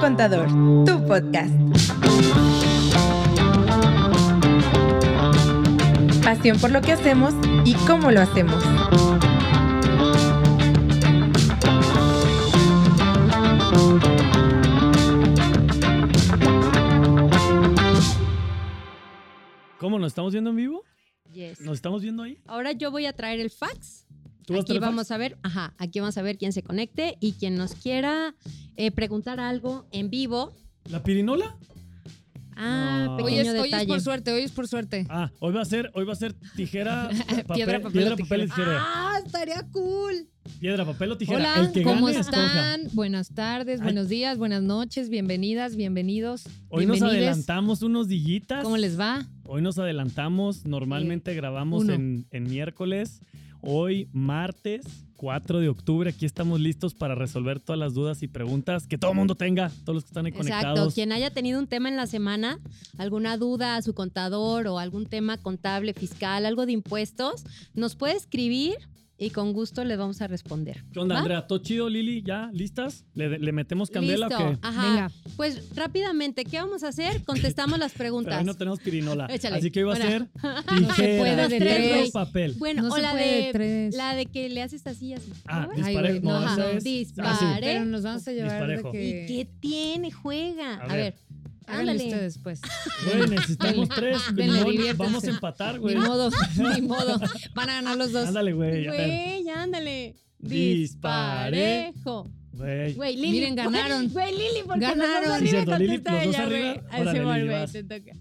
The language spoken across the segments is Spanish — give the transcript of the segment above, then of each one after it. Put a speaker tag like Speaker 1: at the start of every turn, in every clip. Speaker 1: Contador, tu podcast. Pasión por lo que hacemos y cómo lo hacemos.
Speaker 2: ¿Cómo? ¿Nos estamos viendo en vivo?
Speaker 3: Yes.
Speaker 2: ¿Nos estamos viendo ahí?
Speaker 3: Ahora yo voy a traer el fax.
Speaker 2: ¿Tú vas a
Speaker 3: Aquí
Speaker 2: traer
Speaker 3: vamos a ver, ajá, aquí vamos a ver quién se conecte y quien nos quiera eh, preguntar algo en vivo.
Speaker 2: fax? ¿La pirinola?
Speaker 3: Ah,
Speaker 2: No.
Speaker 4: Hoy
Speaker 3: pequeño
Speaker 4: es, hoy es
Speaker 3: detalle.
Speaker 4: por suerte, hoy es por suerte.
Speaker 2: Ah, hoy va a ser, hoy va a ser tijera, papel,
Speaker 4: Piedra, papel o
Speaker 2: papel,
Speaker 4: tijera.
Speaker 2: tijera.
Speaker 3: ah, estaría cool.
Speaker 2: Piedra, papel o tijera.
Speaker 4: Hola,
Speaker 2: El que
Speaker 4: ¿cómo
Speaker 2: gane, escoja.
Speaker 4: están? Buenas tardes,
Speaker 2: Ay.
Speaker 4: buenos días, buenas noches, bienvenidas, bienvenidos.
Speaker 2: Hoy nos
Speaker 4: bienvenides.
Speaker 2: adelantamos unos dillitas.
Speaker 4: ¿Cómo les va?
Speaker 2: Hoy nos adelantamos. Normalmente grabamos
Speaker 4: uno.
Speaker 2: en, en miércoles. Hoy, martes 4 de octubre. Aquí estamos listos para resolver todas las dudas y preguntas que todo el mundo tenga. Todos los que están ahí
Speaker 3: Exacto.
Speaker 2: conectados.
Speaker 3: Quien haya tenido un tema en la semana, alguna duda a su contador o algún tema contable, fiscal, algo de impuestos, nos puede escribir y con gusto les vamos a responder.
Speaker 2: ¿Qué onda,
Speaker 3: ¿Va?
Speaker 2: Andrea? ¿Todo chido, Lili? ¿Ya? ¿Listas? ¿Le, le metemos candela
Speaker 3: Listo.
Speaker 2: o qué?
Speaker 3: Ajá.
Speaker 4: Venga.
Speaker 3: Pues rápidamente, ¿qué vamos a hacer? Contestamos las
Speaker 2: Pero
Speaker 3: preguntas.
Speaker 2: hoy no tenemos pirinola.
Speaker 3: Échale.
Speaker 2: Así que hoy va a
Speaker 3: Hola.
Speaker 2: ser
Speaker 4: No se
Speaker 2: tijera,
Speaker 4: puede de
Speaker 2: piedra o
Speaker 4: tres.
Speaker 2: papel.
Speaker 3: Bueno,
Speaker 4: no
Speaker 3: o
Speaker 4: se
Speaker 3: la
Speaker 4: puede
Speaker 3: de
Speaker 4: tres.
Speaker 3: la de que le haces así así.
Speaker 2: Ah,
Speaker 4: Ay,
Speaker 2: dispare.
Speaker 4: güey,
Speaker 2: no,
Speaker 4: no,
Speaker 2: esa
Speaker 4: no,
Speaker 2: es.
Speaker 3: dispara.
Speaker 2: Ah, sí.
Speaker 4: Pero nos vamos a llevar
Speaker 2: Disparejo.
Speaker 4: de
Speaker 3: ¿Y qué
Speaker 4: que...
Speaker 3: tiene? Juega.
Speaker 2: A
Speaker 3: A,
Speaker 2: ver.
Speaker 3: ver,
Speaker 4: Háganle
Speaker 3: ándale.
Speaker 4: ustedes, pues.
Speaker 2: Güey, necesitamos
Speaker 4: Venle.
Speaker 2: tres.
Speaker 4: Venle,
Speaker 2: Limón,
Speaker 4: diviértanse.
Speaker 2: vamos a empatar,
Speaker 4: Ni
Speaker 2: güey.
Speaker 4: modo, ni modo. Van a ganar los dos.
Speaker 2: Ándale, güey. a ver.
Speaker 3: Güey, ándale.
Speaker 2: Dispare.
Speaker 3: Disparejo.
Speaker 2: Güey.
Speaker 3: Güey, Lili.
Speaker 4: Miren, ganaron.
Speaker 3: Güey, Lili, porque
Speaker 4: Ganaron.
Speaker 3: Los dos
Speaker 2: Sí,
Speaker 3: arriba
Speaker 2: cierto, Lili,
Speaker 3: contesta
Speaker 2: los dos
Speaker 3: ella,
Speaker 2: arriba.
Speaker 3: güey.
Speaker 2: Órale,
Speaker 3: Así,
Speaker 2: Lili,
Speaker 3: güey,
Speaker 2: vas.
Speaker 3: te toca.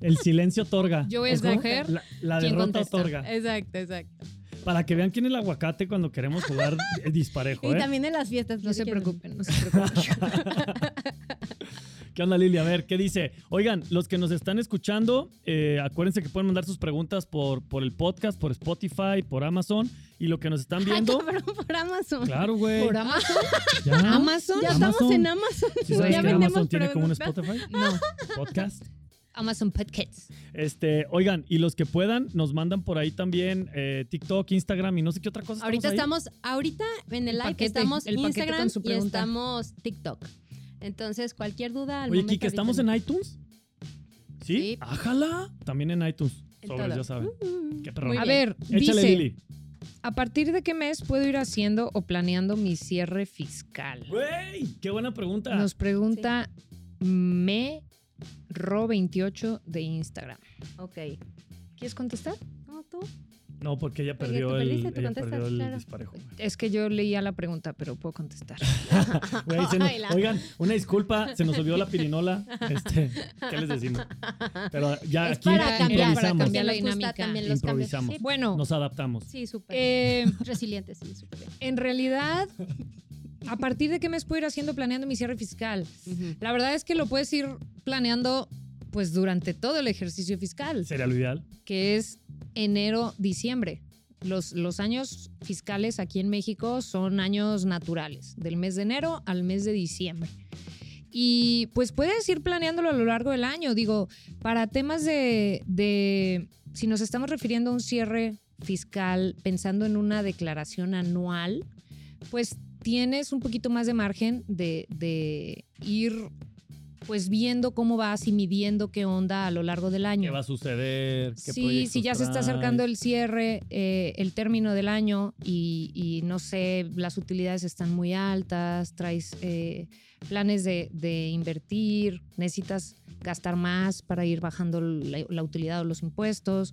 Speaker 2: El silencio otorga.
Speaker 4: Yo voy a
Speaker 2: ¿O cómo?
Speaker 4: escoger
Speaker 2: La, la
Speaker 4: quién
Speaker 2: derrota
Speaker 4: contesta.
Speaker 2: otorga.
Speaker 3: Exacto, exacto.
Speaker 2: Para que vean quién es el aguacate cuando queremos jugar eh, disparejo,
Speaker 3: Y
Speaker 2: ¿eh?
Speaker 3: también en las fiestas.
Speaker 4: No se
Speaker 3: que-
Speaker 4: preocupen, no se preocupen.
Speaker 2: ¿Qué onda, Lili? A ver, ¿qué dice? Oigan, los que nos están escuchando, eh, acuérdense que pueden mandar sus preguntas por, por el podcast, por Spotify, por Amazon. Y lo que nos están
Speaker 3: Ay,
Speaker 2: viendo.
Speaker 3: cabrón, por Amazon.
Speaker 2: Claro, güey.
Speaker 4: ¿Por Amazon?
Speaker 2: Ya.
Speaker 4: ¿Amazon?
Speaker 3: Ya
Speaker 2: Amazon.
Speaker 3: estamos en Amazon.
Speaker 2: ¿Sí sabes
Speaker 3: Ah, ya
Speaker 2: que
Speaker 3: vendemos
Speaker 2: Amazon tiene como un
Speaker 3: productos.
Speaker 2: Spotify?
Speaker 4: No,
Speaker 2: Podcast.
Speaker 4: Amazon Podcasts.
Speaker 2: Este, oigan, y los que puedan, nos mandan por ahí también eh, TikTok, Instagram y no sé qué otra cosa.
Speaker 3: Ahorita
Speaker 2: ahí.
Speaker 3: estamos, ahorita en el
Speaker 4: El
Speaker 3: live
Speaker 4: paquete,
Speaker 3: estamos
Speaker 4: el paquete
Speaker 3: Instagram
Speaker 4: con su
Speaker 3: y
Speaker 4: pregunta.
Speaker 3: estamos TikTok. Entonces, cualquier duda al
Speaker 2: Oye,
Speaker 3: momento
Speaker 2: Kike,
Speaker 3: ahorita
Speaker 2: ¿estamos
Speaker 3: no.
Speaker 2: en iTunes? ¿Sí?
Speaker 3: Sí.
Speaker 2: ¡Ájala! También en iTunes.
Speaker 3: En
Speaker 2: Sobres,
Speaker 3: todo.
Speaker 2: ya saben.
Speaker 3: Mm.
Speaker 2: Qué perro.
Speaker 3: Muy
Speaker 4: A
Speaker 3: bien.
Speaker 4: ver,
Speaker 2: Échale,
Speaker 4: dice...
Speaker 2: Lili.
Speaker 4: ¿A partir de qué mes puedo ir haciendo o planeando mi cierre fiscal?
Speaker 2: ¡Güey! ¡Qué buena pregunta!
Speaker 4: Nos pregunta me ro28 de Instagram.
Speaker 3: Ok.
Speaker 4: ¿Quieres contestar?
Speaker 3: ¿Cómo tú?
Speaker 2: No, porque ella
Speaker 3: Porque
Speaker 2: perdió
Speaker 3: tú
Speaker 2: el,
Speaker 3: perdiste, tú
Speaker 2: ella
Speaker 3: contestas,
Speaker 2: perdió el
Speaker 3: claro.
Speaker 2: disparejo.
Speaker 4: Es que yo leía la pregunta, pero puedo contestar.
Speaker 2: Güey, se nos-
Speaker 3: Ay, la-
Speaker 2: oigan, una disculpa, se nos olvidó la pirinola. Este, ¿Qué les decimos? Pero ya
Speaker 3: Es
Speaker 2: aquí
Speaker 3: para cambiar,
Speaker 4: para
Speaker 2: improvisamos.
Speaker 4: cambiar la
Speaker 3: Nos gusta
Speaker 4: dinámica.
Speaker 3: también los cambios.
Speaker 2: Improvisamos.
Speaker 3: Sí, pues,
Speaker 4: Bueno,
Speaker 2: Nos adaptamos.
Speaker 3: Sí, súper.
Speaker 4: eh,
Speaker 3: Resiliente, sí, súper bien.
Speaker 4: en realidad, ¿a partir de qué mes puedo ir haciendo planeando mi cierre fiscal? La verdad es que lo puedes ir planeando pues durante todo el ejercicio fiscal.
Speaker 2: Sería lo ideal.
Speaker 4: que es enero, diciembre. Los, los años fiscales aquí en México son años naturales, del mes de enero al mes de diciembre. Y pues puedes ir planeándolo a lo largo del año. Digo, para temas de, de- si nos estamos refiriendo a un cierre fiscal pensando en una declaración anual, pues tienes un poquito más de margen de, de ir pues viendo cómo vas y midiendo qué onda a lo largo del año.
Speaker 2: ¿Qué va a suceder? ¿Qué
Speaker 4: Sí, si ya se está acercando
Speaker 2: el
Speaker 4: el cierre, eh, el término del año y, y no sé, las utilidades están muy altas, traes eh, planes de, de invertir, necesitas gastar más para ir bajando la, la utilidad o los impuestos,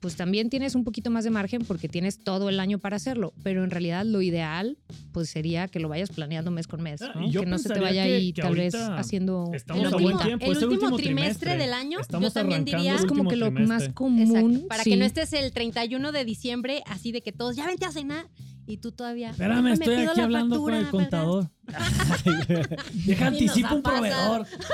Speaker 4: pues también tienes un poquito más de margen porque tienes todo el año para hacerlo, pero en realidad lo ideal pues sería que lo vayas planeando mes con mes,
Speaker 2: Ah,
Speaker 4: ¿no?
Speaker 2: y yo
Speaker 4: que no se te
Speaker 2: pensaría
Speaker 4: vaya
Speaker 2: que-
Speaker 4: ahí
Speaker 2: que
Speaker 4: tal vez
Speaker 2: ahorita
Speaker 4: haciendo...
Speaker 2: estamos
Speaker 3: El
Speaker 2: a
Speaker 4: una
Speaker 2: buen
Speaker 3: último,
Speaker 2: tiempo,
Speaker 3: el
Speaker 2: es el
Speaker 3: último
Speaker 2: último
Speaker 3: trimestre,
Speaker 2: trimestre.
Speaker 3: del año,
Speaker 2: Estamos
Speaker 3: yo también
Speaker 2: arrancando
Speaker 3: diría.
Speaker 4: es como
Speaker 2: último
Speaker 4: que lo
Speaker 2: trimestre.
Speaker 4: más común.
Speaker 3: Exacto, para que
Speaker 4: sí.
Speaker 3: no estés el 31 de diciembre así de que todos ya vente a cenar y tú todavía.
Speaker 2: Espérame,
Speaker 3: "Déjame,
Speaker 2: estoy
Speaker 3: pido
Speaker 2: aquí
Speaker 3: la
Speaker 2: hablando
Speaker 3: factura,
Speaker 2: con el
Speaker 3: ¿verdad?".
Speaker 2: contador. Ay, güey. Deja
Speaker 3: Sí nos
Speaker 2: anticipo
Speaker 3: ha
Speaker 2: un proveedor.
Speaker 3: pasado.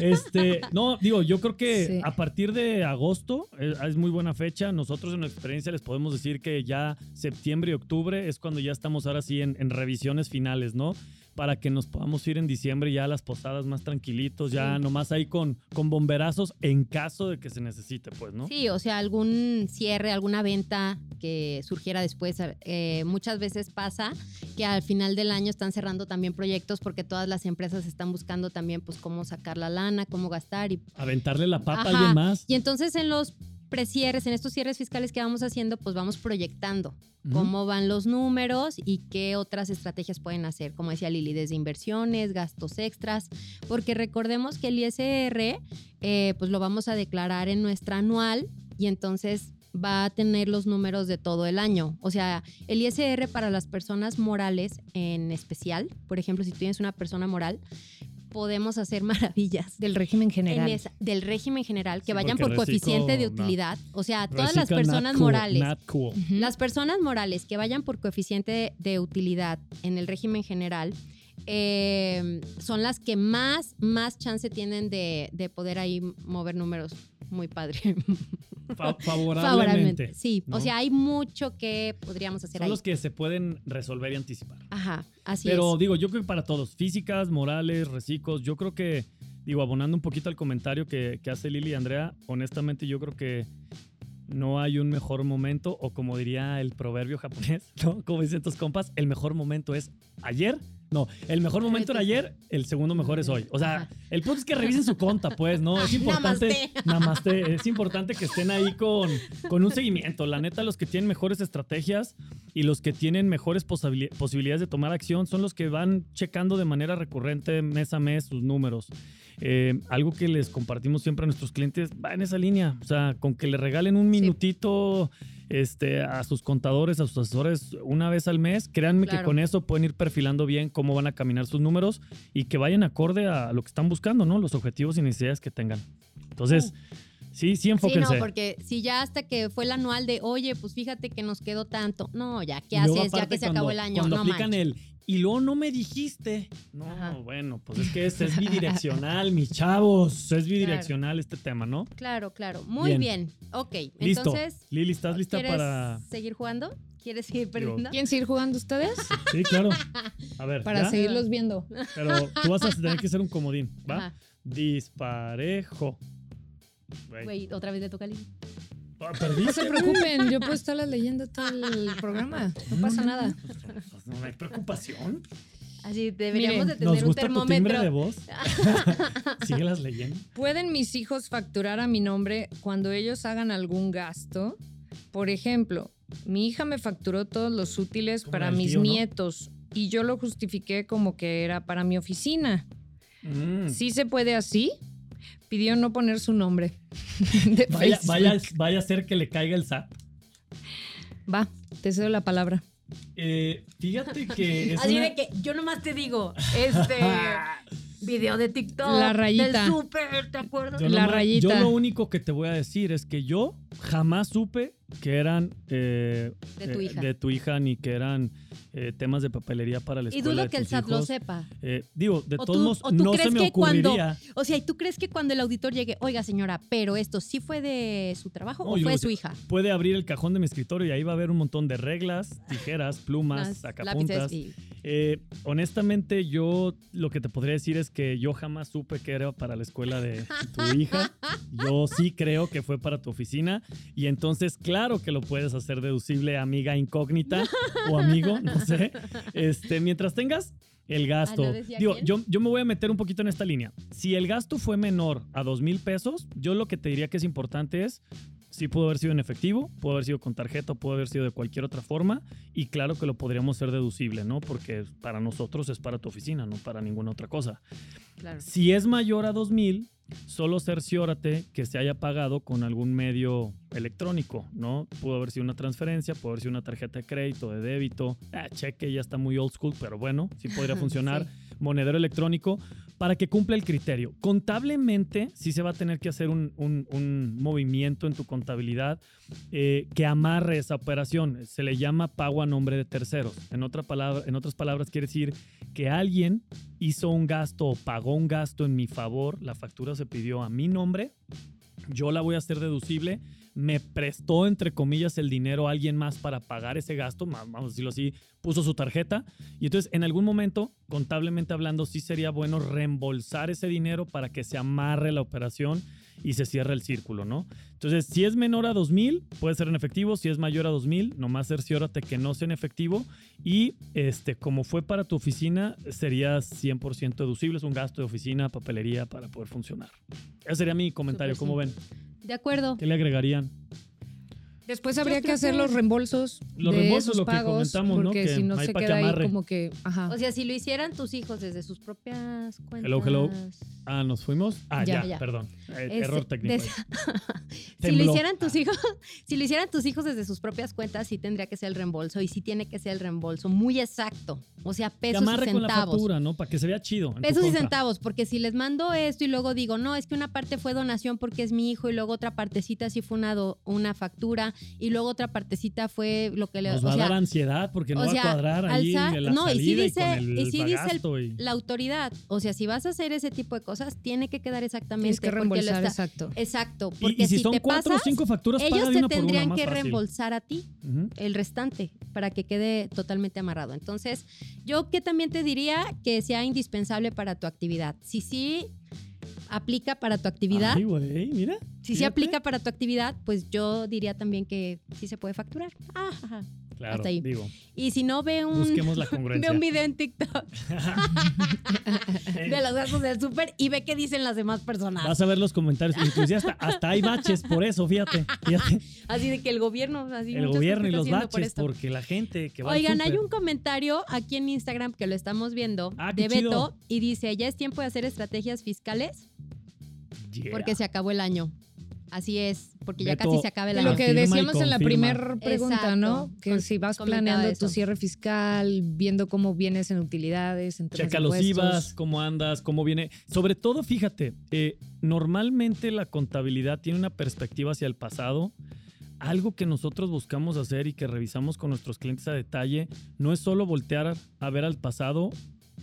Speaker 2: Este, no, digo, yo creo que
Speaker 4: Sí.
Speaker 2: a partir de agosto eh, es, muy buena fecha. Nosotros en nuestra experiencia les podemos decir que ya septiembre y octubre es cuando ya estamos ahora sí en, en revisiones finales, ¿no? para que nos podamos ir en diciembre ya a las posadas más tranquilitos, ya nomás ahí con, con bomberazos en caso de que se necesite, pues, ¿no?
Speaker 3: Sí, o sea, algún cierre, alguna venta que surgiera después. eh, muchas veces pasa que al final del año están cerrando también proyectos porque todas las empresas están buscando también pues cómo sacar la lana, cómo gastar y
Speaker 2: Aventarle la papa
Speaker 3: Ajá.
Speaker 2: a alguien más.
Speaker 3: Y entonces en los precierres, en estos cierres fiscales que vamos haciendo, pues vamos proyectando
Speaker 2: Ujú.
Speaker 3: cómo van los números y qué otras estrategias pueden hacer, como decía Lili, desde inversiones, gastos extras, porque recordemos que el ISR, eh, pues lo vamos a declarar en nuestra anual y entonces va a tener los números de todo el año. O sea, el ISR para las personas morales en especial, por ejemplo, si tú tienes una persona moral, podemos hacer maravillas
Speaker 4: Del régimen
Speaker 3: en
Speaker 4: general.
Speaker 3: esa- del régimen general, que
Speaker 2: Sí,
Speaker 3: vayan por
Speaker 2: porque reciclo,
Speaker 3: coeficiente de
Speaker 2: no.
Speaker 3: utilidad. O sea, todas las
Speaker 2: Recicla
Speaker 3: personas
Speaker 2: Nat Cool,
Speaker 3: morales.
Speaker 2: Nat Cool.
Speaker 4: Ujú.
Speaker 3: Las personas morales que vayan por coeficiente de, de utilidad en el régimen general eh, son las que más, más chance tienen de, de poder ahí mover números. Muy padre.
Speaker 2: Fa-
Speaker 3: Favorablemente.
Speaker 2: favorablemente.
Speaker 3: Sí,
Speaker 2: ¿no?
Speaker 3: o sea, hay mucho que podríamos hacer
Speaker 2: Son
Speaker 3: ahí.
Speaker 2: los que se pueden resolver y anticipar.
Speaker 3: Ajá, así
Speaker 2: Pero
Speaker 3: es.
Speaker 2: digo, yo creo que para todos, físicas, morales, recicos, yo creo que, digo, abonando un poquito al comentario que, que hace Lili y Andrea, honestamente yo creo que no hay un mejor momento, o como diría el proverbio japonés, ¿no? Como dicen tus compas, el mejor momento es ayer. No, el mejor momento era ayer, el segundo mejor es hoy. O sea, el punto es que revisen su conta, pues, ¿no? Es importante.
Speaker 3: Namasté.
Speaker 2: Namaste. Es importante que estén ahí con, con un seguimiento. La neta, los que tienen mejores estrategias y los que tienen mejores posabili- posibilidades de tomar acción son los que van checando de manera recurrente mes a mes sus números. Eh, algo que les compartimos siempre a nuestros clientes va en esa línea. O sea, con que le regalen un minutito este, a sus contadores, a sus asesores una vez al mes, créanme que
Speaker 3: Claro.
Speaker 2: con eso pueden ir perfilando bien cómo van a caminar sus números y que vayan acorde a lo que están buscando, ¿no? Los objetivos y necesidades que tengan. Entonces, sí, sí,
Speaker 3: Mm. Sí,
Speaker 2: enfóquense.
Speaker 3: no, porque si ya hasta que fue el anual de, oye, pues fíjate que nos quedó tanto. No, ya, ¿qué
Speaker 2: Y luego
Speaker 3: haces? Ya
Speaker 2: aparte
Speaker 3: que se acabó
Speaker 2: cuando-
Speaker 3: el año.
Speaker 2: Cuando
Speaker 3: no
Speaker 2: aplican
Speaker 3: manches.
Speaker 2: el y luego no me dijiste. No,
Speaker 3: Ajá.
Speaker 2: bueno, pues es que este es bidireccional, mis chavos. Es bidireccional este tema, ¿no?
Speaker 3: Claro, claro. Muy
Speaker 2: Bien.
Speaker 3: bien. Ok,
Speaker 2: Listo.
Speaker 3: entonces.
Speaker 2: Lili, ¿estás lista
Speaker 3: ¿quieres
Speaker 2: para.?
Speaker 3: seguir jugando? ¿Quieres seguir perdiendo?
Speaker 4: ¿Quieren seguir jugando ustedes?
Speaker 2: Sí, claro. A ver,
Speaker 4: Para
Speaker 2: ¿ya?
Speaker 4: seguirlos viendo.
Speaker 2: pero tú vas a tener que ser un comodín, ¿va?
Speaker 3: Ajá.
Speaker 2: Disparejo. Güey.
Speaker 3: Güey, otra vez le toca a Lili.
Speaker 2: Ah,
Speaker 4: No
Speaker 2: perdiste,
Speaker 4: se preocupen, yo puedo estarlas leyendo todo el programa. No pasa nada.
Speaker 2: Mm. pues, No hay preocupación.
Speaker 3: Así deberíamos
Speaker 4: Miren,
Speaker 3: de
Speaker 2: Nos
Speaker 3: tener un
Speaker 2: gusta tu timbre de
Speaker 3: termómetro.
Speaker 2: voz. Síguelas leyendo.
Speaker 4: ¿Pueden mis hijos facturar a mi nombre cuando ellos hagan algún gasto? Por ejemplo, mi hija me facturó todos los útiles
Speaker 2: Como
Speaker 4: para
Speaker 2: el
Speaker 4: mis
Speaker 2: tío, ¿no?
Speaker 4: nietos y yo lo justifiqué como que era para mi oficina.
Speaker 2: Mm.
Speaker 4: ¿Sí se puede así? Pidió no poner su nombre. de
Speaker 2: Vaya,
Speaker 4: Facebook.
Speaker 2: vaya, vaya a ser que le caiga el SAT.
Speaker 4: Va, te cedo la palabra.
Speaker 2: Eh, fíjate que es
Speaker 3: Así
Speaker 2: una-
Speaker 3: de que yo nomás te digo, este video de TikTok.
Speaker 4: La rayita.
Speaker 3: Del súper, ¿te acuerdas?
Speaker 2: yo
Speaker 4: la
Speaker 2: nomás-
Speaker 4: rayita.
Speaker 2: Yo lo único que te voy a decir es que yo jamás supe que eran eh,
Speaker 3: De tu
Speaker 2: eh,
Speaker 3: hija.
Speaker 2: de tu hija ni que eran eh, temas de papelería para la
Speaker 3: y
Speaker 2: escuela.
Speaker 3: dudo
Speaker 2: de
Speaker 3: que el
Speaker 2: tus
Speaker 3: SAT lo
Speaker 2: hijos.
Speaker 3: sepa.
Speaker 2: Eh, digo, de
Speaker 3: ¿O
Speaker 2: todos
Speaker 3: tú-
Speaker 2: modos,
Speaker 3: o tú
Speaker 2: no se
Speaker 3: crees
Speaker 2: me
Speaker 3: que cuando-
Speaker 2: ocurriría.
Speaker 3: O sea, ¿y tú crees que cuando el auditor llegue, oiga señora, pero esto sí fue de su trabajo
Speaker 2: No,
Speaker 3: o
Speaker 2: yo
Speaker 3: fue
Speaker 2: lo
Speaker 3: de
Speaker 2: sé.
Speaker 3: su hija?
Speaker 2: Puede abrir el cajón de mi escritorio y ahí va a haber un montón de reglas, tijeras, plumas,
Speaker 3: Las
Speaker 2: sacapuntas.
Speaker 3: lápices y-
Speaker 2: Eh, honestamente, yo lo que te podría decir es que yo jamás supe que era para la escuela de tu hija. Yo sí creo que fue para tu oficina. Y entonces, claro que lo puedes hacer deducible, amiga incógnita o amigo, no sé. Este, mientras tengas el gasto.
Speaker 3: Ah, ¿no decía
Speaker 2: Digo,
Speaker 3: quién?
Speaker 2: yo, yo me voy a meter un poquito en esta línea. Si el gasto fue menor a dos mil pesos, yo lo que te diría que es importante es. Sí pudo haber sido en efectivo, pudo haber sido con tarjeta, pudo haber sido de cualquier otra forma. Y claro que lo podríamos ser deducible, ¿no? Porque para nosotros es para tu oficina, no para ninguna otra cosa.
Speaker 3: Claro.
Speaker 2: Si es mayor a 2000, solo cerciórate que se haya pagado con algún medio electrónico, ¿no? Pudo haber sido una transferencia, pudo haber sido una tarjeta de crédito, de débito, ah, cheque, ya está muy old school, pero bueno, sí podría funcionar. Monedero electrónico, para que cumpla el criterio. Contablemente, sí se va a tener que hacer un, un- un movimiento en tu contabilidad eh, que amarre esa operación. Se le llama pago a nombre de terceros. En, otra palabra, en otras palabras, quiere decir que alguien hizo un gasto o pagó un gasto en mi favor, la factura se pidió a mi nombre yo la voy a hacer deducible, me prestó, entre comillas, el dinero a alguien más para pagar ese gasto, ma- vamos a decirlo así, puso su tarjeta, y entonces en algún momento, contablemente hablando, sí sería bueno reembolsar ese dinero para que se amarre la operación y se cierre el círculo, ¿no? Entonces, si es menor a 2.000, puede ser en efectivo, si es mayor a 2.000, nomás cerciórate que no sea en efectivo, y este, como fue para tu oficina, sería 100% deducible, es un gasto de oficina, papelería para poder funcionar. Ese sería mi comentario,
Speaker 3: Súper
Speaker 2: ¿cómo ven?
Speaker 3: De acuerdo.
Speaker 2: ¿Qué le agregarían?
Speaker 4: Después
Speaker 3: Yo
Speaker 4: habría que
Speaker 3: creo
Speaker 4: hacer
Speaker 3: que-
Speaker 4: los reembolsos.
Speaker 2: Los
Speaker 4: de
Speaker 2: reembolsos,
Speaker 4: esos
Speaker 2: lo que
Speaker 4: pagos,
Speaker 2: comentamos, ¿no?
Speaker 4: Porque
Speaker 2: Que
Speaker 4: si no
Speaker 2: hay
Speaker 4: se
Speaker 2: pa' que
Speaker 4: queda ahí
Speaker 2: amarre.
Speaker 4: como que. Ajá.
Speaker 3: O sea, si lo hicieran tus hijos desde sus propias cuentas. Este,
Speaker 2: Hello, hello. Ah, ¿nos fuimos? Ah, ya,
Speaker 3: Ya, ya.
Speaker 2: perdón. Eh,
Speaker 3: Es-
Speaker 2: error técnico.
Speaker 3: des-
Speaker 2: ahí.
Speaker 3: si lo
Speaker 2: Tembló.
Speaker 3: hicieran tus hijos, si lo hicieran tus hijos desde sus propias cuentas, sí tendría que ser el reembolso y sí tiene que ser el reembolso muy exacto, o sea,
Speaker 2: Que
Speaker 3: pesos y
Speaker 2: amarre con la
Speaker 3: centavos.
Speaker 2: factura, ¿no? Para que se vea chido. en tu
Speaker 3: Pesos y
Speaker 2: contra.
Speaker 3: centavos, porque si les mando esto y luego digo, no, es que una parte fue donación porque es mi hijo y luego otra partecita sí fue una, do- una factura y luego otra partecita fue lo que le...
Speaker 2: Nos
Speaker 3: o
Speaker 2: va
Speaker 3: sea,
Speaker 2: a dar ansiedad porque no
Speaker 3: o
Speaker 2: va
Speaker 3: sea,
Speaker 2: a cuadrar ahí
Speaker 3: alza-
Speaker 2: la
Speaker 3: no, y sí
Speaker 2: salida y,
Speaker 3: dice-
Speaker 2: con el
Speaker 3: y sí dice el-
Speaker 2: bagasto y-
Speaker 3: la autoridad, o sea, si vas a hacer ese tipo de cosas, tiene que quedar exactamente...
Speaker 4: Tienes que
Speaker 3: porque lo
Speaker 4: reembolsar,
Speaker 3: está-
Speaker 4: exacto.
Speaker 3: Exacto,
Speaker 2: Y-
Speaker 3: porque
Speaker 2: y, si, son
Speaker 3: te
Speaker 2: cuatro
Speaker 3: pasas,
Speaker 2: o cinco facturas, paga
Speaker 3: ellos
Speaker 2: de
Speaker 3: te
Speaker 2: una por una,
Speaker 3: tendrían
Speaker 2: más
Speaker 3: que
Speaker 2: fácil.
Speaker 3: reembolsar a ti
Speaker 2: Ujú.
Speaker 3: el restante para que quede totalmente amarrado. Entonces, yo que también te diría que sea indispensable para tu actividad. Si sí aplica para tu actividad,
Speaker 2: Ay, güey, mira.
Speaker 3: si sí
Speaker 2: fíjate.
Speaker 3: aplica para tu actividad, pues yo diría también que sí se puede facturar. Ah, ajá.
Speaker 2: Claro,
Speaker 3: Hasta ahí.
Speaker 2: digo,
Speaker 3: Y si no, ve un,
Speaker 2: busquemos la
Speaker 3: ve
Speaker 2: congruencia.
Speaker 3: un video en TikTok
Speaker 2: Eh,
Speaker 3: de los gastos del súper y ve qué dicen las demás personas.
Speaker 2: Vas a ver los comentarios. Inclusive hasta, hasta hay baches por eso, fíjate. fíjate.
Speaker 3: Así de que el gobierno, así
Speaker 2: El
Speaker 3: muchas
Speaker 2: gobierno y los
Speaker 3: cosas haciendo por
Speaker 2: baches,
Speaker 3: esto.
Speaker 2: porque la gente que va al
Speaker 3: Oigan, hay
Speaker 2: súper-
Speaker 3: un comentario aquí en Instagram que lo estamos viendo
Speaker 2: Ah, qué
Speaker 3: de Beto
Speaker 2: chido.
Speaker 3: y dice, ya es tiempo de hacer estrategias fiscales
Speaker 2: Yeah.
Speaker 3: porque se acabó el año. Así es, porque ya
Speaker 2: Beto,
Speaker 3: casi se acaba el
Speaker 2: la
Speaker 4: Lo
Speaker 3: año.
Speaker 4: que
Speaker 2: firma y
Speaker 4: decíamos en la
Speaker 2: confirma.
Speaker 4: primera pregunta, ¿no?
Speaker 3: Exacto.
Speaker 4: Que
Speaker 3: Con-
Speaker 4: si vas
Speaker 3: comentaba
Speaker 4: planeando
Speaker 3: eso.
Speaker 4: tu cierre fiscal, viendo cómo vienes en utilidades, en temas de
Speaker 2: Checa los
Speaker 4: impuestos.
Speaker 2: IVAs, cómo andas, cómo viene. Sobre todo, fíjate, eh, normalmente la contabilidad tiene una perspectiva hacia el pasado. Algo que nosotros buscamos hacer y que revisamos con nuestros clientes a detalle no es solo voltear a ver al pasado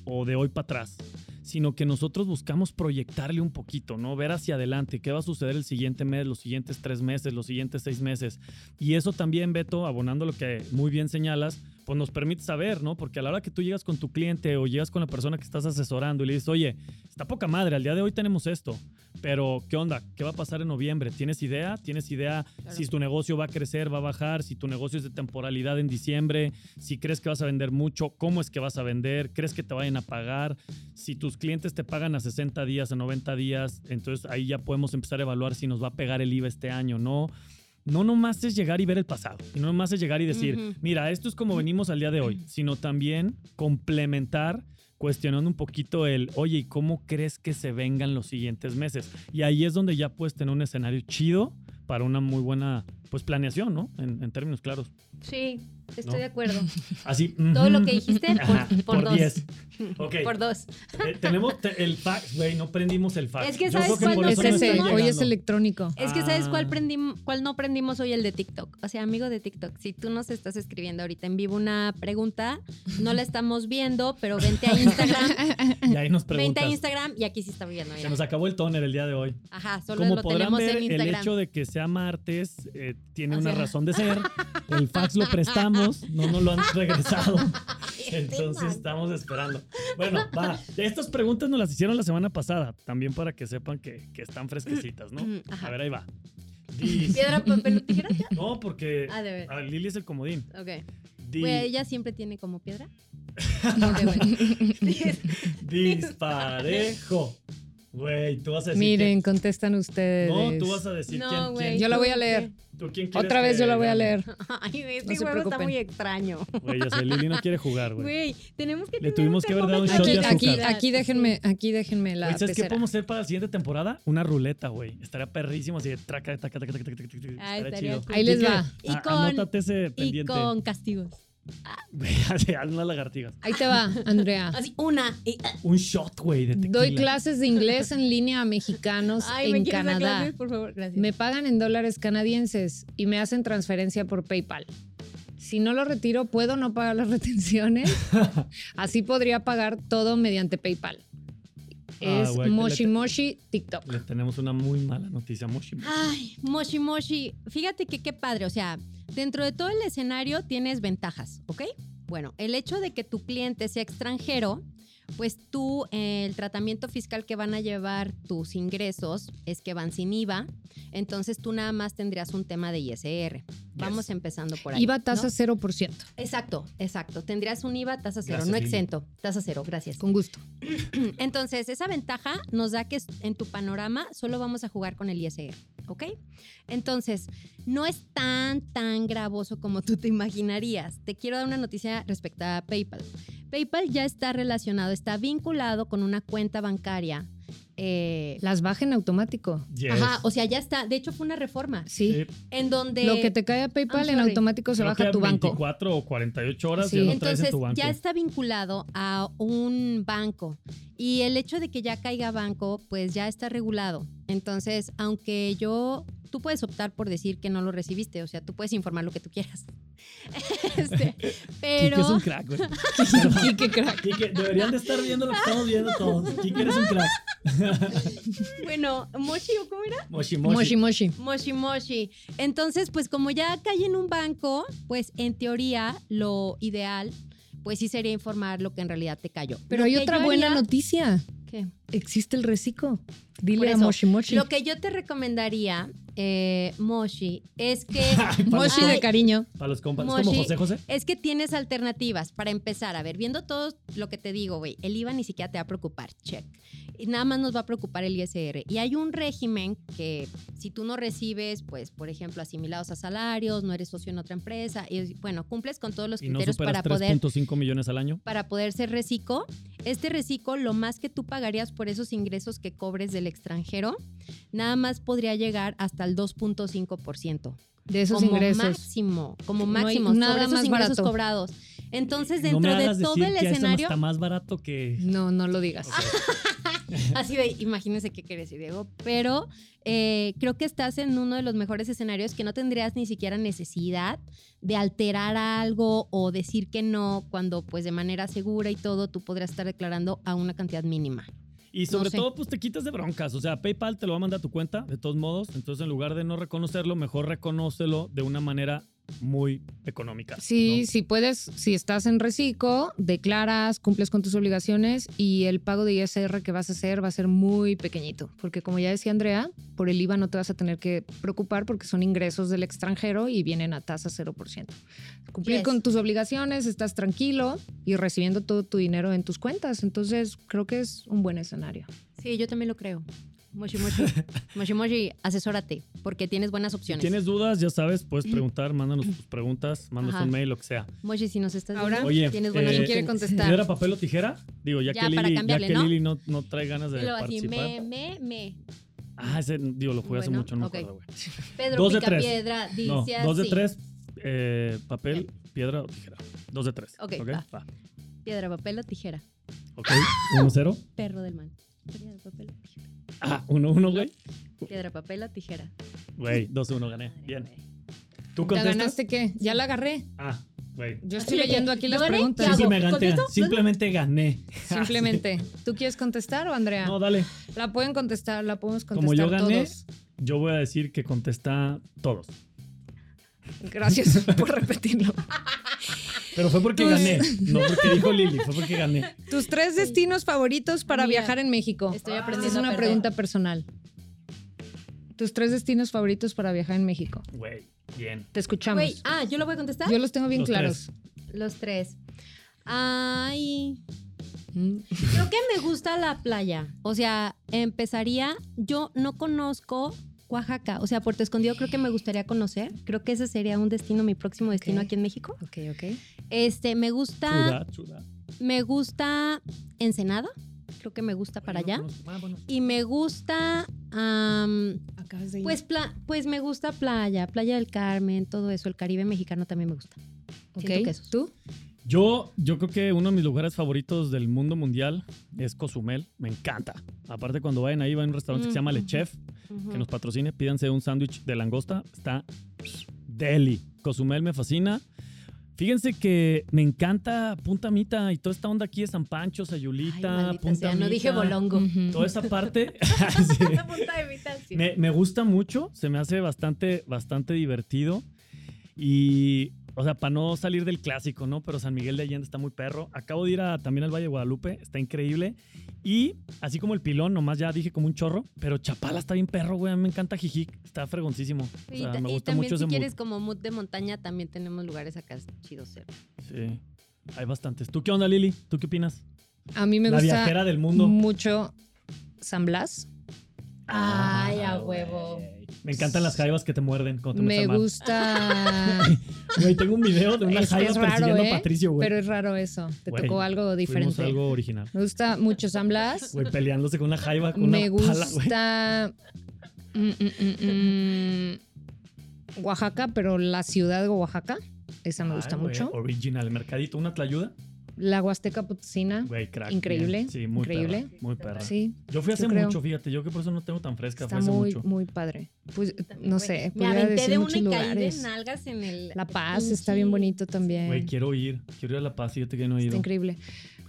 Speaker 2: o de hoy para atrás, sino que nosotros buscamos proyectarle un poquito, ¿no? Ver hacia adelante, qué va a suceder el siguiente mes, los siguientes tres meses, los siguientes seis meses. Y eso también, Beto, abonando lo que muy bien señalas, pues nos permite saber, ¿no? Porque a la hora que tú llegas con tu cliente o llegas con la persona que estás asesorando y le dices, oye, está poca madre, al día de hoy tenemos esto, pero ¿qué onda? ¿Qué va a pasar en noviembre? ¿Tienes idea? ¿Tienes idea
Speaker 3: Claro.
Speaker 2: si tu negocio va a crecer, va a bajar? Si tu negocio es de temporalidad en diciembre, si crees que vas a vender mucho, ¿cómo es que vas a vender? ¿Crees que te vayan a pagar? Si tus clientes te pagan a 60 días, a 90 días, entonces ahí ya podemos empezar a evaluar si nos va a pegar el IVA este año, ¿no? no nomás es llegar y ver el pasado, y no nomás es llegar y decir,
Speaker 3: Ujú.
Speaker 2: mira, esto es como venimos al día de hoy, sino también complementar cuestionando un poquito el, oye, ¿y cómo crees que se vengan los siguientes meses? Y ahí es donde ya puedes tener un escenario chido para una muy buena pues planeación, ¿no? En, en términos claros.
Speaker 3: Sí, estoy
Speaker 2: ¿No?
Speaker 3: de acuerdo.
Speaker 2: Así.
Speaker 3: Todo lo
Speaker 2: ujú,
Speaker 3: que dijiste por,
Speaker 2: ajá,
Speaker 3: por dos.
Speaker 2: 10. Ok.
Speaker 3: Por dos.
Speaker 2: Eh, tenemos te- el fax, güey, no prendimos el fax.
Speaker 3: Es que
Speaker 2: Yo
Speaker 3: ¿sabes
Speaker 2: creo
Speaker 3: cuál
Speaker 2: por
Speaker 3: no
Speaker 2: eso
Speaker 4: Ese
Speaker 2: no
Speaker 4: es
Speaker 3: prendimos?
Speaker 4: el-
Speaker 2: estoy
Speaker 4: hoy es
Speaker 2: llegando.
Speaker 4: electrónico.
Speaker 3: Es que ¿sabes cuál,
Speaker 2: Ah.
Speaker 3: prendim- cuál no prendimos hoy? El de TikTok. O sea, amigo de TikTok, si tú nos estás escribiendo ahorita en vivo una pregunta, no la estamos viendo, pero vente a Instagram.
Speaker 2: Y ahí nos
Speaker 3: vente a
Speaker 2: preguntas.
Speaker 3: Instagram y aquí sí está viendo.
Speaker 2: Se
Speaker 3: mira.
Speaker 2: nos acabó el toner el día de hoy.
Speaker 3: Ajá, solo
Speaker 2: Como
Speaker 3: lo
Speaker 2: podrán
Speaker 3: tenemos
Speaker 2: ver,
Speaker 3: en Instagram.
Speaker 2: el hecho de que sea martes eh, tiene
Speaker 3: O
Speaker 2: una
Speaker 3: sea.
Speaker 2: razón de ser. El fax lo prestamos, no nos lo han regresado.
Speaker 3: Este
Speaker 2: Entonces
Speaker 3: man.
Speaker 2: estamos esperando. Bueno, va. Estas preguntas nos las hicieron la semana pasada, también para que sepan que, que están fresquecitas, ¿no?
Speaker 3: Ujú, Mm, ajá.
Speaker 2: A ver, ahí va. Dice-
Speaker 3: Piedra, papel o tijera.
Speaker 2: no, porque
Speaker 3: Ah, de ver.
Speaker 2: a Lili es el comodín.
Speaker 3: Ok.
Speaker 2: Di-
Speaker 3: Güey, ella siempre tiene como piedra. Ok, bueno.
Speaker 2: disparejo. Güey, tú vas a decir.
Speaker 4: Miren,
Speaker 2: que-
Speaker 4: contestan ustedes.
Speaker 2: no, tú vas a decir quién-
Speaker 3: No,
Speaker 2: quién.
Speaker 3: güey.
Speaker 4: Yo la
Speaker 3: tú
Speaker 4: voy a
Speaker 3: qué.
Speaker 4: leer.
Speaker 2: ¿Tú quién quieres
Speaker 4: Otra vez
Speaker 2: que
Speaker 4: yo la voy a
Speaker 2: gane?
Speaker 4: leer.
Speaker 3: Ay, este
Speaker 4: No se
Speaker 3: juego está
Speaker 4: preocupen.
Speaker 3: muy extraño.
Speaker 2: Güey, ya sé, Lili no quiere jugar, güey.
Speaker 3: Güey, tenemos que
Speaker 2: Le
Speaker 3: tener
Speaker 2: tuvimos
Speaker 3: un
Speaker 2: que haber dado un
Speaker 3: termómetro
Speaker 2: shot de
Speaker 4: Aquí,
Speaker 3: de
Speaker 4: aquí,
Speaker 3: actividad.
Speaker 4: aquí déjenme, aquí déjenme la
Speaker 2: Oye, ¿Sabes qué
Speaker 4: pecera.
Speaker 2: podemos hacer para la siguiente temporada? Una ruleta, güey. Estaría perrísimo así de traca, taca, taca, taca, taca, taca, taca. Estaría
Speaker 3: Ah, estaría
Speaker 2: chido.
Speaker 3: cool.
Speaker 4: Ahí les
Speaker 2: Quique,
Speaker 4: va.
Speaker 3: Y
Speaker 2: a-
Speaker 3: con-
Speaker 2: Anótate ese
Speaker 3: Y
Speaker 2: pendiente.
Speaker 3: con castigos.
Speaker 2: Güey, así, haz unas lagartijas.
Speaker 4: Ahí te va, Andrea.
Speaker 3: Así, una. y-
Speaker 2: Un shot, güey, de tequila.
Speaker 4: Doy clases de inglés en línea a mexicanos
Speaker 3: Ay,
Speaker 4: en
Speaker 3: ¿me quieres dar
Speaker 4: Canadá.
Speaker 3: clases? Por favor, gracias.
Speaker 4: Me pagan en dólares canadienses y me hacen transferencia por PayPal. Si no lo retiro, puedo no pagar las retenciones. Así podría pagar todo mediante PayPal. es
Speaker 2: güey, que
Speaker 4: Moshi
Speaker 2: le-
Speaker 4: Moshi TikTok.
Speaker 2: Le tenemos una muy mala noticia, Moshi.
Speaker 3: Ay, Moshi Moshi. Fíjate que qué padre. O sea, dentro de todo el escenario tienes ventajas, ¿ok? Bueno, el hecho de que tu cliente sea extranjero, pues tú, eh, el tratamiento fiscal que van a llevar tus ingresos es que van sin IVA. Entonces tú nada más tendrías un tema de ISR. Vamos
Speaker 2: Yes.
Speaker 3: empezando por ahí.
Speaker 4: IVA
Speaker 3: ¿no?
Speaker 4: tasa 0%.
Speaker 3: Exacto, exacto. Tendrías un IVA tasa cero,
Speaker 2: Gracias,
Speaker 3: no
Speaker 2: Lili.
Speaker 3: exento, tasa cero, gracias.
Speaker 4: Con gusto.
Speaker 3: Entonces, esa ventaja nos da que es- en tu panorama solo vamos a jugar con el ISR, ¿ok? Entonces, no es tan, tan gravoso como tú te imaginarías. Te quiero dar una noticia respecto a PayPal. PayPal ya está relacionado, está vinculado con una cuenta bancaria. eh,
Speaker 4: Las baja en automático.
Speaker 2: Yes. Eh,
Speaker 3: Ajá, o sea, ya está. De hecho, fue una reforma
Speaker 4: Sí.
Speaker 3: en donde...
Speaker 4: Lo que te cae a PayPal
Speaker 3: I'm
Speaker 4: en
Speaker 3: sorry.
Speaker 4: automático se
Speaker 2: Creo
Speaker 4: baja
Speaker 2: que
Speaker 4: a tu banco.
Speaker 2: 24 o 48 horas
Speaker 4: Sí.
Speaker 2: ya lo traes en
Speaker 3: Entonces
Speaker 2: tu banco.
Speaker 3: ya está vinculado a un banco y el hecho de que ya caiga banco pues ya está regulado. Entonces, aunque yo, tú puedes optar por decir que no lo recibiste, o sea, tú puedes informar lo que tú quieras. Este, pero...
Speaker 2: Quique es un crack, güey.
Speaker 4: Quique crack.
Speaker 2: Quique, deberían de estar viendo lo que estamos viendo todos. Quique, eres un crack.
Speaker 3: Bueno, Moshi, ¿o ¿cómo era?
Speaker 2: Moshi, moshi.
Speaker 4: Moshi Moshi.
Speaker 3: Moshi Moshi. Entonces, pues como ya cae en un banco, pues en teoría lo ideal, pues sí sería informar lo que en realidad te cayó.
Speaker 4: Pero
Speaker 3: Lo
Speaker 4: hay
Speaker 3: que
Speaker 4: otra
Speaker 3: yo
Speaker 4: buena
Speaker 3: haría-
Speaker 4: noticia.
Speaker 3: ¿Qué?
Speaker 4: Existe el reciclo. Dile
Speaker 3: Por
Speaker 4: a
Speaker 3: eso,
Speaker 4: Moshi Moshi.
Speaker 3: Lo que yo te recomendaría, eh, Moshi, es que,
Speaker 4: Moshi
Speaker 3: Ay,
Speaker 4: de cariño.
Speaker 2: Para los compas, es
Speaker 3: Moshi.
Speaker 2: como José José.
Speaker 3: es que tienes alternativas para empezar. A ver, viendo todo lo que te digo, güey, el IVA ni siquiera te va a preocupar, check. Y nada más nos va a preocupar el ISR. Y hay un régimen que si tú no recibes, pues, por ejemplo, asimilados a salarios, no eres socio en otra empresa, y bueno, cumples con todos los
Speaker 2: Y no
Speaker 3: criterios para
Speaker 2: superas
Speaker 3: poder
Speaker 2: 3.5 millones al año.
Speaker 3: para poder ser reciclo. Este reciclo, lo más que tú pagarías por esos ingresos que cobres del extranjero, nada más podría llegar hasta el 2.5%.
Speaker 4: De esos
Speaker 3: como
Speaker 4: ingresos.
Speaker 3: máximo, como
Speaker 4: No hay
Speaker 3: máximo,
Speaker 4: nada
Speaker 3: sobre esos
Speaker 4: más
Speaker 3: ingresos
Speaker 4: barato.
Speaker 3: cobrados. Entonces,
Speaker 2: no
Speaker 3: dentro
Speaker 2: me hagas
Speaker 3: de todo
Speaker 2: decir
Speaker 3: el
Speaker 2: que eso
Speaker 3: escenario,
Speaker 2: está más barato que...
Speaker 4: No, no lo digas.
Speaker 3: así de, imagínense qué quiere decir Diego, pero eh, creo que estás en uno de los mejores escenarios que no tendrías ni siquiera necesidad de alterar algo o decir que no cuando pues de manera segura y todo tú podrás estar declarando a una cantidad mínima.
Speaker 2: Y sobre
Speaker 3: sé.
Speaker 2: todo, pues te quitas de broncas. O sea, PayPal te lo va a mandar a tu cuenta, de todos modos. Entonces, en lugar de no reconocerlo, mejor reconócelo de una manera muy económica.
Speaker 4: Sí,
Speaker 2: ¿no?
Speaker 4: si puedes, si estás en reciclo, declaras, cumples con tus obligaciones y el pago de ISR que vas a hacer va a ser muy pequeñito, porque como ya decía Andrea, por el IVA no te vas a tener que preocupar porque son ingresos del extranjero y vienen a tasa 0%. Cumplir
Speaker 3: Yes.
Speaker 4: con tus obligaciones, estás tranquilo y recibiendo todo tu dinero en tus cuentas, entonces creo que es un buen escenario.
Speaker 3: Sí, yo también lo creo. Moshi Moshi, Moshi Moshi, asesórate, porque tienes buenas
Speaker 2: Si
Speaker 3: opciones.
Speaker 2: tienes dudas, ya sabes, puedes preguntar, mándanos tus preguntas, mándanos
Speaker 3: Ajá.
Speaker 2: un mail, lo que sea.
Speaker 3: Moshi, si nos estás
Speaker 4: Ahora,
Speaker 3: viendo,
Speaker 2: Oye,
Speaker 3: tienes
Speaker 2: eh,
Speaker 3: buenas
Speaker 2: ¿quién
Speaker 4: quiere
Speaker 3: opciones.
Speaker 4: contestar?
Speaker 2: ¿Piedra, papel o tijera? Digo, ya,
Speaker 3: Ya,
Speaker 2: que,
Speaker 3: para
Speaker 2: Lili, ya
Speaker 3: cambiarle,
Speaker 2: que
Speaker 3: ¿no?
Speaker 2: Lili no, no trae ganas de
Speaker 3: Y luego así,
Speaker 2: participar.
Speaker 3: me, me, me.
Speaker 2: Ah, ese, digo, lo jugué hace
Speaker 3: Bueno,
Speaker 2: mucho, no me
Speaker 3: ok.
Speaker 2: acuerdo, güey.
Speaker 3: Pedro
Speaker 2: Dos de tres.
Speaker 3: Picapiedra dice
Speaker 2: No,
Speaker 3: así.
Speaker 2: dos de tres, eh, papel, piedra o tijera. Dos de tres.
Speaker 3: Ok,
Speaker 2: Ok,
Speaker 3: va.
Speaker 2: va.
Speaker 3: Piedra, papel o tijera.
Speaker 2: Ok, uno cero.
Speaker 3: Perro del man. Piedra, papel o tijera.
Speaker 2: Ah, uno uno, güey.
Speaker 3: Piedra, papel o tijera.
Speaker 2: Güey, dos uno gané.
Speaker 3: Madre,
Speaker 2: Eh, Bien.
Speaker 3: güey.
Speaker 2: ¿Tú
Speaker 4: ¿Ya
Speaker 2: contestas?
Speaker 4: ganaste qué? Ya la agarré.
Speaker 2: Ah, güey.
Speaker 3: Así
Speaker 4: Yo estoy
Speaker 3: de que,
Speaker 4: leyendo aquí
Speaker 3: ¿lo
Speaker 4: las
Speaker 3: gané? ¿Qué
Speaker 4: preguntas.
Speaker 3: hago?
Speaker 2: Simplemente,
Speaker 3: ¿Contesto?
Speaker 2: gané. simplemente gané.
Speaker 4: Simplemente, ¿tú quieres contestar o Andrea?
Speaker 2: No, dale.
Speaker 4: La pueden contestar, la podemos contestar
Speaker 2: Como yo gané,
Speaker 4: todos.
Speaker 2: yo voy a decir que contesta todos.
Speaker 4: Gracias por repetirlo.
Speaker 2: Pero fue porque
Speaker 4: Tú-
Speaker 2: gané, no porque dijo Lili, fue porque gané.
Speaker 4: Tus tres destinos favoritos para
Speaker 3: Mira,
Speaker 4: viajar en México.
Speaker 3: Estoy aprendiendo.
Speaker 4: Es
Speaker 3: a
Speaker 4: una
Speaker 3: perder.
Speaker 4: pregunta personal. Tus tres destinos favoritos para viajar en México.
Speaker 2: Güey, bien.
Speaker 4: Te escuchamos.
Speaker 3: Güey, ah, yo lo voy a contestar.
Speaker 4: Yo los tengo bien
Speaker 2: Los
Speaker 4: claros.
Speaker 3: Los tres. Ay.
Speaker 4: Mm.
Speaker 3: Creo que me gusta la playa. O sea, empezaría. Yo no conozco Oaxaca. O sea, Puerto Escondido creo que me gustaría conocer. Creo que ese sería un destino, mi próximo destino
Speaker 4: Ok.
Speaker 3: aquí en México.
Speaker 4: Ok, ok.
Speaker 3: Este, me gusta.
Speaker 2: Chuda, chuda.
Speaker 3: Me gusta Ensenada. Creo que me gusta para allá. Y me gusta. am,
Speaker 4: Acabas de ir.
Speaker 3: pues, pla- pues me gusta playa, Playa del Carmen, todo eso. El Caribe mexicano también me gusta. siento que esos.
Speaker 4: ¿Tú?
Speaker 2: Yo, yo creo que uno de mis lugares favoritos del mundo mundial es Cozumel. Me encanta. Aparte, cuando vayan ahí, va a un restaurante que se llama Le
Speaker 3: Ujú.
Speaker 2: Chef,
Speaker 3: Ujú.
Speaker 2: que nos patrocine. Pídanse un sándwich de langosta. Está deli. Cozumel me fascina. Fíjense que me encanta Punta Mita y toda esta onda aquí de San Pancho, Sayulita,
Speaker 3: maldita
Speaker 2: Punta
Speaker 3: sea, no
Speaker 2: Mita,
Speaker 3: dije bolongo.
Speaker 4: Ujú.
Speaker 2: Toda esa parte. Sí. Me, me gusta mucho, se me hace bastante, bastante divertido. Y, o sea, para no salir del clásico, ¿no? Pero San Miguel de Allende está muy perro. Acabo de ir a- también al Valle de Guadalupe, está increíble. Y así como el pilón, nomás ya dije como un chorro, pero Chapala está bien perro, güey. A mí me encanta Jijic, está fregoncísimo. O
Speaker 3: Y,
Speaker 2: sea,
Speaker 3: ta-
Speaker 2: me
Speaker 3: y
Speaker 2: gusta
Speaker 3: también
Speaker 2: mucho
Speaker 3: si
Speaker 2: ese mood.
Speaker 3: quieres como mood de montaña, también tenemos lugares acá chidos. cerca.
Speaker 2: Sí, hay bastantes. ¿Tú qué onda, Lili? ¿Tú qué opinas?
Speaker 4: A mí me
Speaker 2: La
Speaker 4: gusta
Speaker 2: viajera del mundo.
Speaker 4: mucho San Blas.
Speaker 3: Ay, a
Speaker 2: Ah, güey.
Speaker 3: huevo.
Speaker 2: Me encantan las jaivas que te muerden cuando te metes
Speaker 4: Me
Speaker 2: al mar.
Speaker 4: gusta,
Speaker 2: Güey, tengo un video de una
Speaker 4: Es que
Speaker 2: jaiva
Speaker 4: es raro,
Speaker 2: persiguiendo
Speaker 4: ¿eh?
Speaker 2: a Patricio, güey.
Speaker 4: pero es raro eso. Te
Speaker 2: Güey,
Speaker 4: tocó algo
Speaker 2: Fuimos
Speaker 4: diferente.
Speaker 2: algo original.
Speaker 4: Me gusta mucho San Blas.
Speaker 2: Güey, peleándose con una jaiba, con
Speaker 4: Me
Speaker 2: una pala, güey.
Speaker 4: gusta mm, mm, mm, mm, Oaxaca, pero la ciudad de Oaxaca. Esa me gusta
Speaker 2: Ay, güey,
Speaker 4: mucho.
Speaker 2: Original, el mercadito, una tlayuda.
Speaker 4: La Huasteca Potosina.
Speaker 2: Güey, crack.
Speaker 4: Increíble,
Speaker 2: bien. Sí, muy
Speaker 4: increíble.
Speaker 2: perra, muy perra.
Speaker 4: Sí,
Speaker 2: Yo fui hace
Speaker 4: creo.
Speaker 2: mucho, fíjate. Yo que por eso no tengo tan fresca,
Speaker 4: está
Speaker 2: fue hace
Speaker 4: muy,
Speaker 2: mucho.
Speaker 4: muy padre. Pues
Speaker 3: También,
Speaker 4: no
Speaker 3: güey.
Speaker 4: sé,
Speaker 3: Me
Speaker 4: podría
Speaker 3: aventé
Speaker 4: decir
Speaker 3: de una
Speaker 4: muchos
Speaker 3: y caí de
Speaker 4: lugares.
Speaker 3: nalgas en el.
Speaker 4: La Paz está bien bonito también.
Speaker 2: Güey, quiero ir. Quiero ir a La Paz, fíjate que no he
Speaker 4: Está
Speaker 2: ido.
Speaker 4: increíble.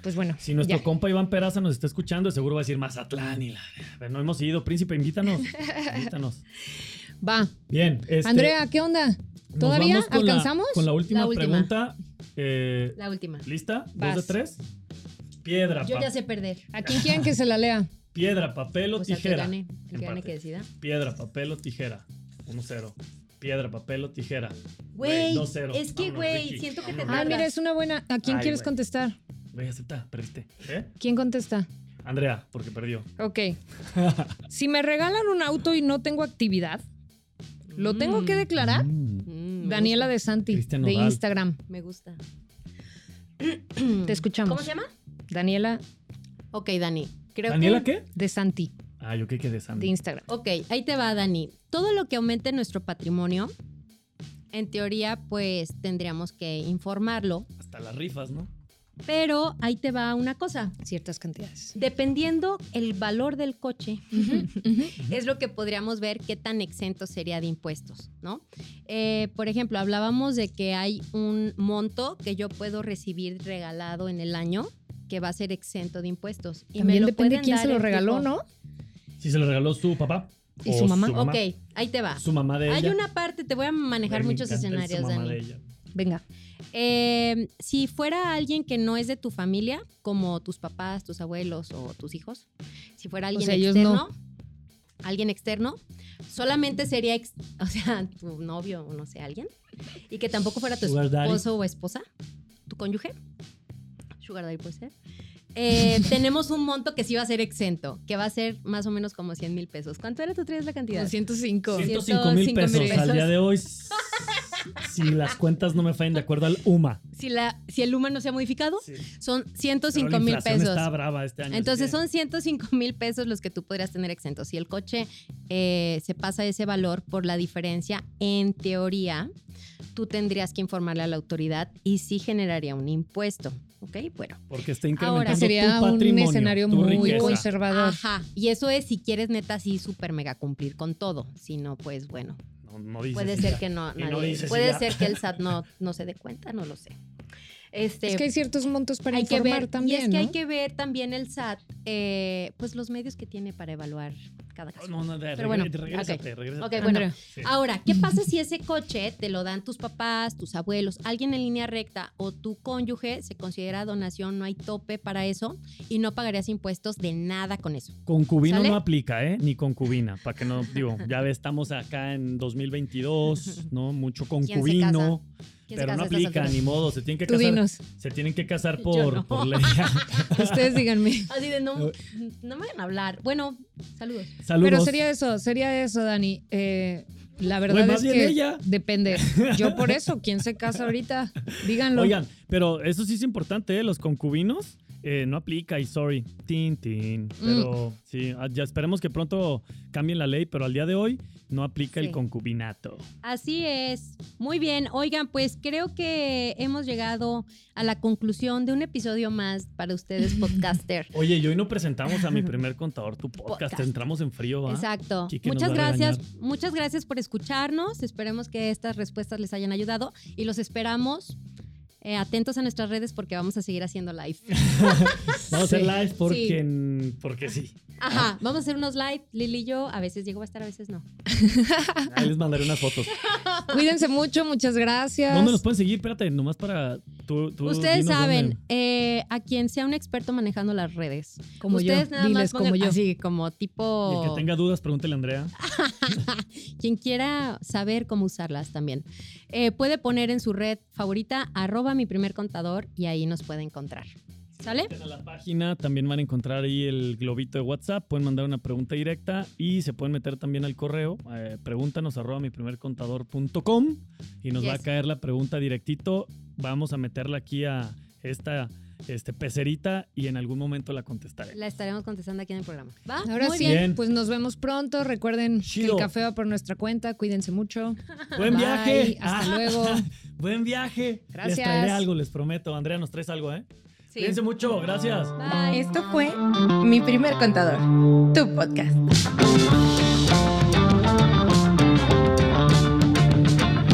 Speaker 4: Pues bueno,
Speaker 2: Si nuestro
Speaker 4: ya.
Speaker 2: compa Iván Peraza nos está escuchando, seguro va a decir Mazatlán y la... Pero no hemos ido. Príncipe, invítanos. invítanos.
Speaker 4: va.
Speaker 2: Bien. este,
Speaker 4: Andrea, ¿qué onda?
Speaker 2: nos
Speaker 4: ¿todavía
Speaker 2: vamos con la-
Speaker 4: alcanzamos?
Speaker 2: con la última,
Speaker 3: La última.
Speaker 2: pregunta. eh,
Speaker 3: La última.
Speaker 2: ¿Lista?
Speaker 4: Vas.
Speaker 2: ¿Dos de tres? Piedra,
Speaker 3: Yo
Speaker 2: pa-
Speaker 3: ya sé perder.
Speaker 4: ¿A quién quieren que se la lea?
Speaker 2: piedra, papel o
Speaker 3: O sea, Pues que
Speaker 2: tijera.
Speaker 3: gane. Que gane
Speaker 2: Empate.
Speaker 3: que decida.
Speaker 2: Piedra, papel o tijera. 1-0. Piedra, papel o tijera.
Speaker 3: Güey,
Speaker 2: 2-0.
Speaker 3: es que,
Speaker 2: Vámonos,
Speaker 3: güey,
Speaker 2: Ricky.
Speaker 3: siento que te
Speaker 2: Vámonos.
Speaker 4: Ah,
Speaker 3: tardas.
Speaker 4: mira, es una buena. ¿A quién
Speaker 2: Ay,
Speaker 4: quieres
Speaker 2: güey.
Speaker 4: contestar?
Speaker 2: Güey, acepta, perdiste. ¿Eh?
Speaker 4: ¿Quién contesta?
Speaker 2: Andrea, porque perdió.
Speaker 4: Ok. si me regalan un auto y no tengo actividad, lo tengo que declarar.
Speaker 3: Mm, me
Speaker 4: Daniela
Speaker 3: gusta,
Speaker 4: de Santi,
Speaker 2: Mm. Cristian
Speaker 4: de
Speaker 2: Nodal.
Speaker 4: Instagram.
Speaker 3: Me gusta.
Speaker 4: Te escuchamos.
Speaker 3: ¿Cómo se llama?
Speaker 4: Daniela
Speaker 3: Ok, Dani. Creo
Speaker 2: ¿Daniela
Speaker 3: que...
Speaker 2: qué?
Speaker 4: de Santi,
Speaker 2: Ah, yo qué quedé, Sandy.
Speaker 4: de Instagram.
Speaker 3: Ok, ahí te va, Dani. Todo lo que aumente nuestro patrimonio, en teoría, pues tendríamos que informarlo.
Speaker 2: Hasta las rifas, ¿no?
Speaker 3: Pero ahí te va una cosa.
Speaker 4: Ciertas cantidades.
Speaker 3: Dependiendo el valor del coche,
Speaker 4: Ujú.
Speaker 3: es lo que podríamos ver qué tan exento sería de impuestos, ¿no? Eh, por ejemplo, hablábamos de que hay un monto que yo puedo recibir regalado en el año que va a ser exento de impuestos. Y me
Speaker 4: También
Speaker 3: lo
Speaker 4: depende
Speaker 3: pueden
Speaker 4: quién se
Speaker 3: dar
Speaker 4: lo
Speaker 3: en
Speaker 4: regaló,
Speaker 3: tipo-
Speaker 4: ¿no?
Speaker 2: Si se lo regaló su papá.
Speaker 4: ¿Y
Speaker 2: o
Speaker 4: su mamá?
Speaker 3: Ok, ahí te va.
Speaker 2: Su mamá de ella.
Speaker 3: Hay una parte, te voy a manejar
Speaker 2: Güey, me
Speaker 3: muchos
Speaker 2: encanta el su
Speaker 3: escenarios,
Speaker 2: mamá de
Speaker 3: Dani.
Speaker 2: ella.
Speaker 4: Venga.
Speaker 3: Eh, si fuera alguien que no es de tu familia, como tus papás, tus abuelos o tus hijos, si fuera alguien
Speaker 4: sea, ellos
Speaker 3: externo, alguien externo, solamente sería, ex- o sea, tu novio o no sé, alguien, y que tampoco fuera tu
Speaker 2: Sugar daddy.
Speaker 3: esposo o esposa, tu cónyuge, sugar daddy puede ser. Eh, tenemos un monto que sí va a ser exento, que va a ser más o menos como 100 mil pesos. ¿Cuánto era tu tres la cantidad?
Speaker 4: 205.
Speaker 2: 105 mil
Speaker 3: 105
Speaker 2: pesos.
Speaker 3: mil
Speaker 2: Al día de hoy, s- si las cuentas no me fallan de acuerdo al UMA.
Speaker 3: Si, la, si el humano se ha modificado, son 105
Speaker 2: Pero la
Speaker 3: mil
Speaker 2: inflación
Speaker 3: pesos.
Speaker 2: Está brava este año.
Speaker 3: Entonces
Speaker 2: así que-
Speaker 3: son 105 mil pesos los que tú podrías tener exentos. Si el coche eh, se pasa ese valor por la diferencia, en teoría, tú tendrías que informarle a la autoridad y sí generaría un impuesto. ¿Ok? Bueno.
Speaker 2: Porque está incrementando
Speaker 3: Ahora,
Speaker 4: Sería
Speaker 2: tu
Speaker 4: un
Speaker 2: patrimonio,
Speaker 4: escenario
Speaker 2: tu
Speaker 4: muy
Speaker 2: riqueza.
Speaker 4: conservador.
Speaker 3: Ajá. Y eso es si quieres neta así súper mega cumplir con todo. Si no, pues bueno,
Speaker 2: No, no dices
Speaker 3: puede
Speaker 2: y
Speaker 3: ser
Speaker 2: ya.
Speaker 3: que no,
Speaker 2: Y no
Speaker 3: nadie-
Speaker 2: dices y
Speaker 3: puede
Speaker 2: ya.
Speaker 3: ser que el SAT no, no se dé cuenta, no lo sé. Este,
Speaker 4: Es que hay ciertos montos para
Speaker 3: hay que
Speaker 4: informar
Speaker 3: ver
Speaker 4: también.
Speaker 3: y es que hay
Speaker 4: ¿no?
Speaker 3: que ver también el SAT, eh, pues los medios que tiene para evaluar cada caso.
Speaker 2: No, no, de,
Speaker 3: Pero
Speaker 2: Pero
Speaker 3: bueno,
Speaker 2: bueno, regrésate, regrésate.
Speaker 3: Ok, bueno. ah,
Speaker 4: Andrea.
Speaker 2: Ah, Sí.
Speaker 3: Ahora, ¿qué pasa si ese coche te lo dan tus papás, tus abuelos, alguien en línea recta o tu cónyuge? Se considera donación, no hay tope para eso y no pagarías impuestos de nada con eso.
Speaker 2: Concubino
Speaker 3: ¿Sale?
Speaker 2: no aplica, ¿eh? Ni concubina. Para que no, digo, ya ve, estamos acá en 2022, ¿no? Mucho
Speaker 3: se
Speaker 2: concubino.
Speaker 3: ¿Quién
Speaker 2: Pero
Speaker 3: se
Speaker 2: no
Speaker 3: casa a estas
Speaker 2: aplica,
Speaker 3: alturas?
Speaker 2: ni modo. Se tienen que
Speaker 4: Tú
Speaker 2: casar.
Speaker 4: dinos.
Speaker 2: Se tienen que casar
Speaker 3: Yo
Speaker 2: por,
Speaker 3: no.
Speaker 2: por ley.
Speaker 4: Ustedes díganme.
Speaker 3: Así de no, no me van a hablar. Bueno, saludos.
Speaker 2: Saludos.
Speaker 4: Pero sería eso, sería eso, Dani. Eh, la verdad
Speaker 2: Güey, más
Speaker 4: es
Speaker 2: bien
Speaker 4: que
Speaker 2: ella.
Speaker 4: depende. Yo por eso, ¿quién se casa ahorita? Díganlo.
Speaker 2: Oigan, pero eso sí es importante, ¿eh? Los concubinos eh, no aplica y sorry. Tin, tin.
Speaker 3: Mm.
Speaker 2: Pero sí, ah, ya esperemos que pronto cambien la ley, pero al día de hoy no aplica
Speaker 3: Sí.
Speaker 2: el concubinato.
Speaker 3: Así es. Muy bien. Oigan, pues creo que hemos llegado a la conclusión de un episodio más para ustedes, podcaster.
Speaker 2: Oye, y hoy no presentamos a mi primer contador, tu podcast.
Speaker 3: Podcast.
Speaker 2: Entramos en frío, ¿va?
Speaker 3: Exacto.
Speaker 2: Quique ¿ah? nos
Speaker 3: Muchas
Speaker 2: va a
Speaker 3: gracias. Muchas gracias por escucharnos. Esperemos que estas respuestas les hayan ayudado y los esperamos eh, atentos a nuestras redes porque vamos a seguir haciendo live.
Speaker 2: Vamos a hacer
Speaker 4: Sí,
Speaker 2: live
Speaker 3: sí.
Speaker 2: porque sí. Porque sí.
Speaker 3: Ajá, vamos a hacer unos live, Lili y yo. A veces Diego va a estar, a veces no.
Speaker 2: Ahí les mandaré unas fotos.
Speaker 4: Cuídense mucho, muchas gracias.
Speaker 2: ¿Dónde nos pueden seguir? Espérate, nomás para tú. tú
Speaker 3: Ustedes
Speaker 2: dinos
Speaker 3: saben,
Speaker 2: dónde.
Speaker 3: eh, a quien sea un experto manejando las redes.
Speaker 4: como
Speaker 3: Ustedes
Speaker 4: yo,
Speaker 3: nada
Speaker 4: diles
Speaker 3: más pongan
Speaker 4: como yo.
Speaker 3: así, como
Speaker 2: Y el
Speaker 3: tipo...
Speaker 2: que tenga dudas, pregúntele a Andrea.
Speaker 3: Ah. Quien quiera saber cómo usarlas también. Eh, puede poner en su red favorita arroba mi primer contador y ahí nos puede encontrar. ¿Sale?
Speaker 2: Entren a la página, también van a encontrar ahí el globito de WhatsApp, pueden mandar una pregunta directa y se pueden meter también al correo, eh, pregúntanos arroba mi primer contador.com y nos va a
Speaker 3: Yes.
Speaker 2: caer la pregunta directito, vamos a meterla aquí a esta este, pecerita y en algún momento la contestaré.
Speaker 3: La estaremos contestando aquí en el programa. ¿Va?
Speaker 4: Ahora
Speaker 3: Muy
Speaker 4: sí,
Speaker 3: bien.
Speaker 2: bien.
Speaker 4: pues nos vemos pronto. Recuerden
Speaker 2: Chido.
Speaker 4: que el café va por nuestra cuenta. Cuídense mucho.
Speaker 2: ¡Buen
Speaker 4: Bye,
Speaker 2: viaje! Ah.
Speaker 4: hasta luego.
Speaker 2: ¡Buen viaje! Les
Speaker 4: Gracias.
Speaker 2: traeré algo, les prometo. Andrea, nos traes algo, ¿eh?
Speaker 3: Sí.
Speaker 2: Cuídense mucho, gracias.
Speaker 3: Bye.
Speaker 1: Esto fue Mi primer contador, tu podcast.